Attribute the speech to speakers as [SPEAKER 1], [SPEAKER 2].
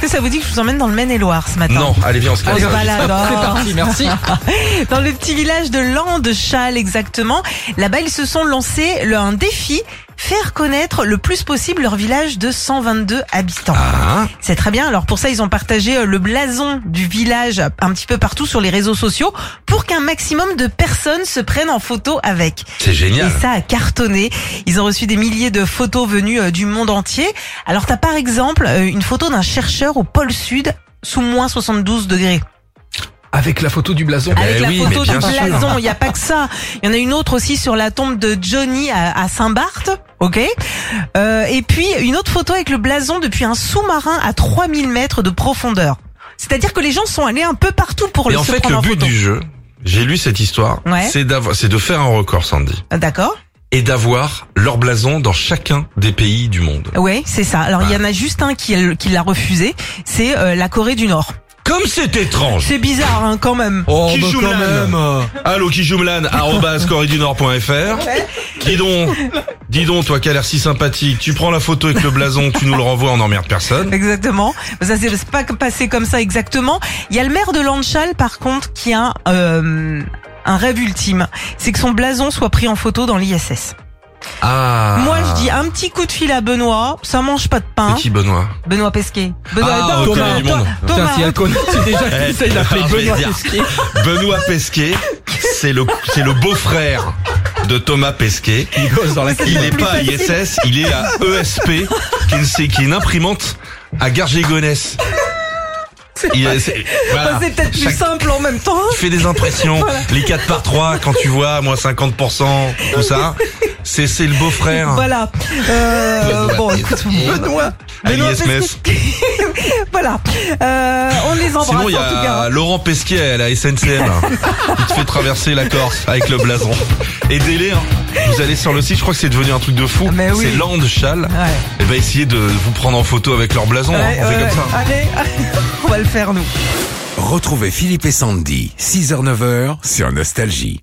[SPEAKER 1] que ça vous dit que je vous emmène dans le Maine-et-Loire ce matin
[SPEAKER 2] Non, allez, viens, on se
[SPEAKER 1] On
[SPEAKER 3] Ah,
[SPEAKER 2] casse.
[SPEAKER 1] se balade,
[SPEAKER 3] C'est
[SPEAKER 1] hein.
[SPEAKER 3] parti, merci.
[SPEAKER 1] Dans le petit village de Landechal exactement. Là-bas, ils se sont lancés le, un défi faire connaître le plus possible leur village de 122 habitants.
[SPEAKER 2] Ah,
[SPEAKER 1] C'est très bien. Alors pour ça, ils ont partagé euh, le blason du village un petit peu partout sur les réseaux sociaux pour qu'un maximum de personnes se prennent en photo avec.
[SPEAKER 2] c'est génial.
[SPEAKER 1] Et ça a cartonné. Ils ont reçu des milliers de photos venues euh, du monde entier. Alors t'as par exemple euh, une photo d'un chercheur au pôle sud sous moins 72 degrés.
[SPEAKER 3] Avec la photo du blason.
[SPEAKER 2] Ah,
[SPEAKER 1] Avec
[SPEAKER 2] Eh
[SPEAKER 1] la
[SPEAKER 2] oui,
[SPEAKER 1] photo
[SPEAKER 2] mais
[SPEAKER 1] du
[SPEAKER 2] bien sûr.
[SPEAKER 1] blason, il n'y a pas que ça. Il y en a une autre aussi sur la tombe de Johnny à, à Saint-Barth. Ok. Euh, et puis une autre photo avec le blason depuis un sous-marin à 3000 mètres de profondeur. C'est-à-dire que les gens sont allés un peu partout pour
[SPEAKER 2] Et
[SPEAKER 1] le
[SPEAKER 2] en
[SPEAKER 1] se
[SPEAKER 2] fait,
[SPEAKER 1] prendre
[SPEAKER 2] le
[SPEAKER 1] en
[SPEAKER 2] but
[SPEAKER 1] photo.
[SPEAKER 2] du jeu, j'ai lu cette histoire,
[SPEAKER 1] Ouais.
[SPEAKER 2] c'est d'avoir, c'est de faire un record, Sandy,
[SPEAKER 1] Ah, D'accord.
[SPEAKER 2] et d'avoir leur blason dans chacun des pays du monde.
[SPEAKER 1] Oui, c'est ça. Alors il y en a juste un qui, qui l'a refusé. C'est euh, la Corée du Nord.
[SPEAKER 2] Comme c'est étrange.
[SPEAKER 1] C'est bizarre hein, quand même.
[SPEAKER 3] Oh,
[SPEAKER 2] Qui
[SPEAKER 3] bah,
[SPEAKER 2] joue
[SPEAKER 3] quand
[SPEAKER 2] la
[SPEAKER 3] même.
[SPEAKER 2] Allô, kijumlan@corée-du-nord.fr. Dis donc, dis donc, toi qui as l'air si sympathique, tu prends la photo avec le blason, tu nous le renvoies, on n'emmerde personne.
[SPEAKER 1] Exactement. Ça s'est pas passé comme ça exactement. Il y a le maire de Landchal par contre qui a euh, un rêve ultime, c'est que son blason soit pris en photo dans l'ISS.
[SPEAKER 2] Ah.
[SPEAKER 1] Moi je dis un petit coup de fil à Benoît, ça mange pas de pain.
[SPEAKER 2] C'est qui, Benoît?
[SPEAKER 1] Benoît Pesquet. Benoît
[SPEAKER 2] Ah,
[SPEAKER 1] attends,
[SPEAKER 2] au
[SPEAKER 1] Thomas,
[SPEAKER 2] Congrès du
[SPEAKER 1] toi-
[SPEAKER 2] Monde.
[SPEAKER 3] Putain,
[SPEAKER 1] Thomas,
[SPEAKER 3] si elle connaît, c'est déjà
[SPEAKER 2] Eh,
[SPEAKER 3] qui essaye d'appeler
[SPEAKER 2] putain,
[SPEAKER 3] Benoît
[SPEAKER 2] je vais
[SPEAKER 3] Pesquet.
[SPEAKER 2] Benoît Pesquet, c'est le, c'est le beau-frère de Thomas Pesquet.
[SPEAKER 3] Il gosse dans la
[SPEAKER 1] C'est
[SPEAKER 2] Il
[SPEAKER 1] le
[SPEAKER 2] n'est
[SPEAKER 1] plus
[SPEAKER 2] pas à
[SPEAKER 1] facile.
[SPEAKER 2] ISS, il est à ESP, qui est une, c'est- qui est une imprimante à Gargégonesse. Il est- c'est- voilà.
[SPEAKER 3] Oh,
[SPEAKER 1] c'est peut-être plus
[SPEAKER 2] Chaque-
[SPEAKER 1] simple en même temps.
[SPEAKER 2] Tu fais des impressions, les 4 par 3, quand tu vois, moins 50%, tout ça. C'est, c'est le beau-frère.
[SPEAKER 1] Voilà. Euh,
[SPEAKER 2] Benoît
[SPEAKER 1] bon,
[SPEAKER 2] Pesquet.
[SPEAKER 1] écoute, Benoît,
[SPEAKER 2] À
[SPEAKER 1] Benoît
[SPEAKER 2] l'ISMS.
[SPEAKER 1] voilà. Euh, on les embrasse
[SPEAKER 2] Sinon, il y
[SPEAKER 1] en tout cas. hein.
[SPEAKER 2] a Laurent Pesquet à la SNCM. Il te fait traverser la Corse avec le blason. Aidez-les, hein. Vous allez sur le site, je crois que c'est devenu un truc de fou.
[SPEAKER 1] Ah, mais oui.
[SPEAKER 2] C'est Landchal.
[SPEAKER 1] Ouais.
[SPEAKER 2] Et ben, essayez de vous prendre en photo avec leur blason. hein.
[SPEAKER 1] Ouais,
[SPEAKER 2] On fait
[SPEAKER 1] ouais,
[SPEAKER 2] comme ça.
[SPEAKER 1] Allez, on va le faire nous.
[SPEAKER 4] Retrouvez Philippe et Sandy, 6h-9h sur Nostalgie.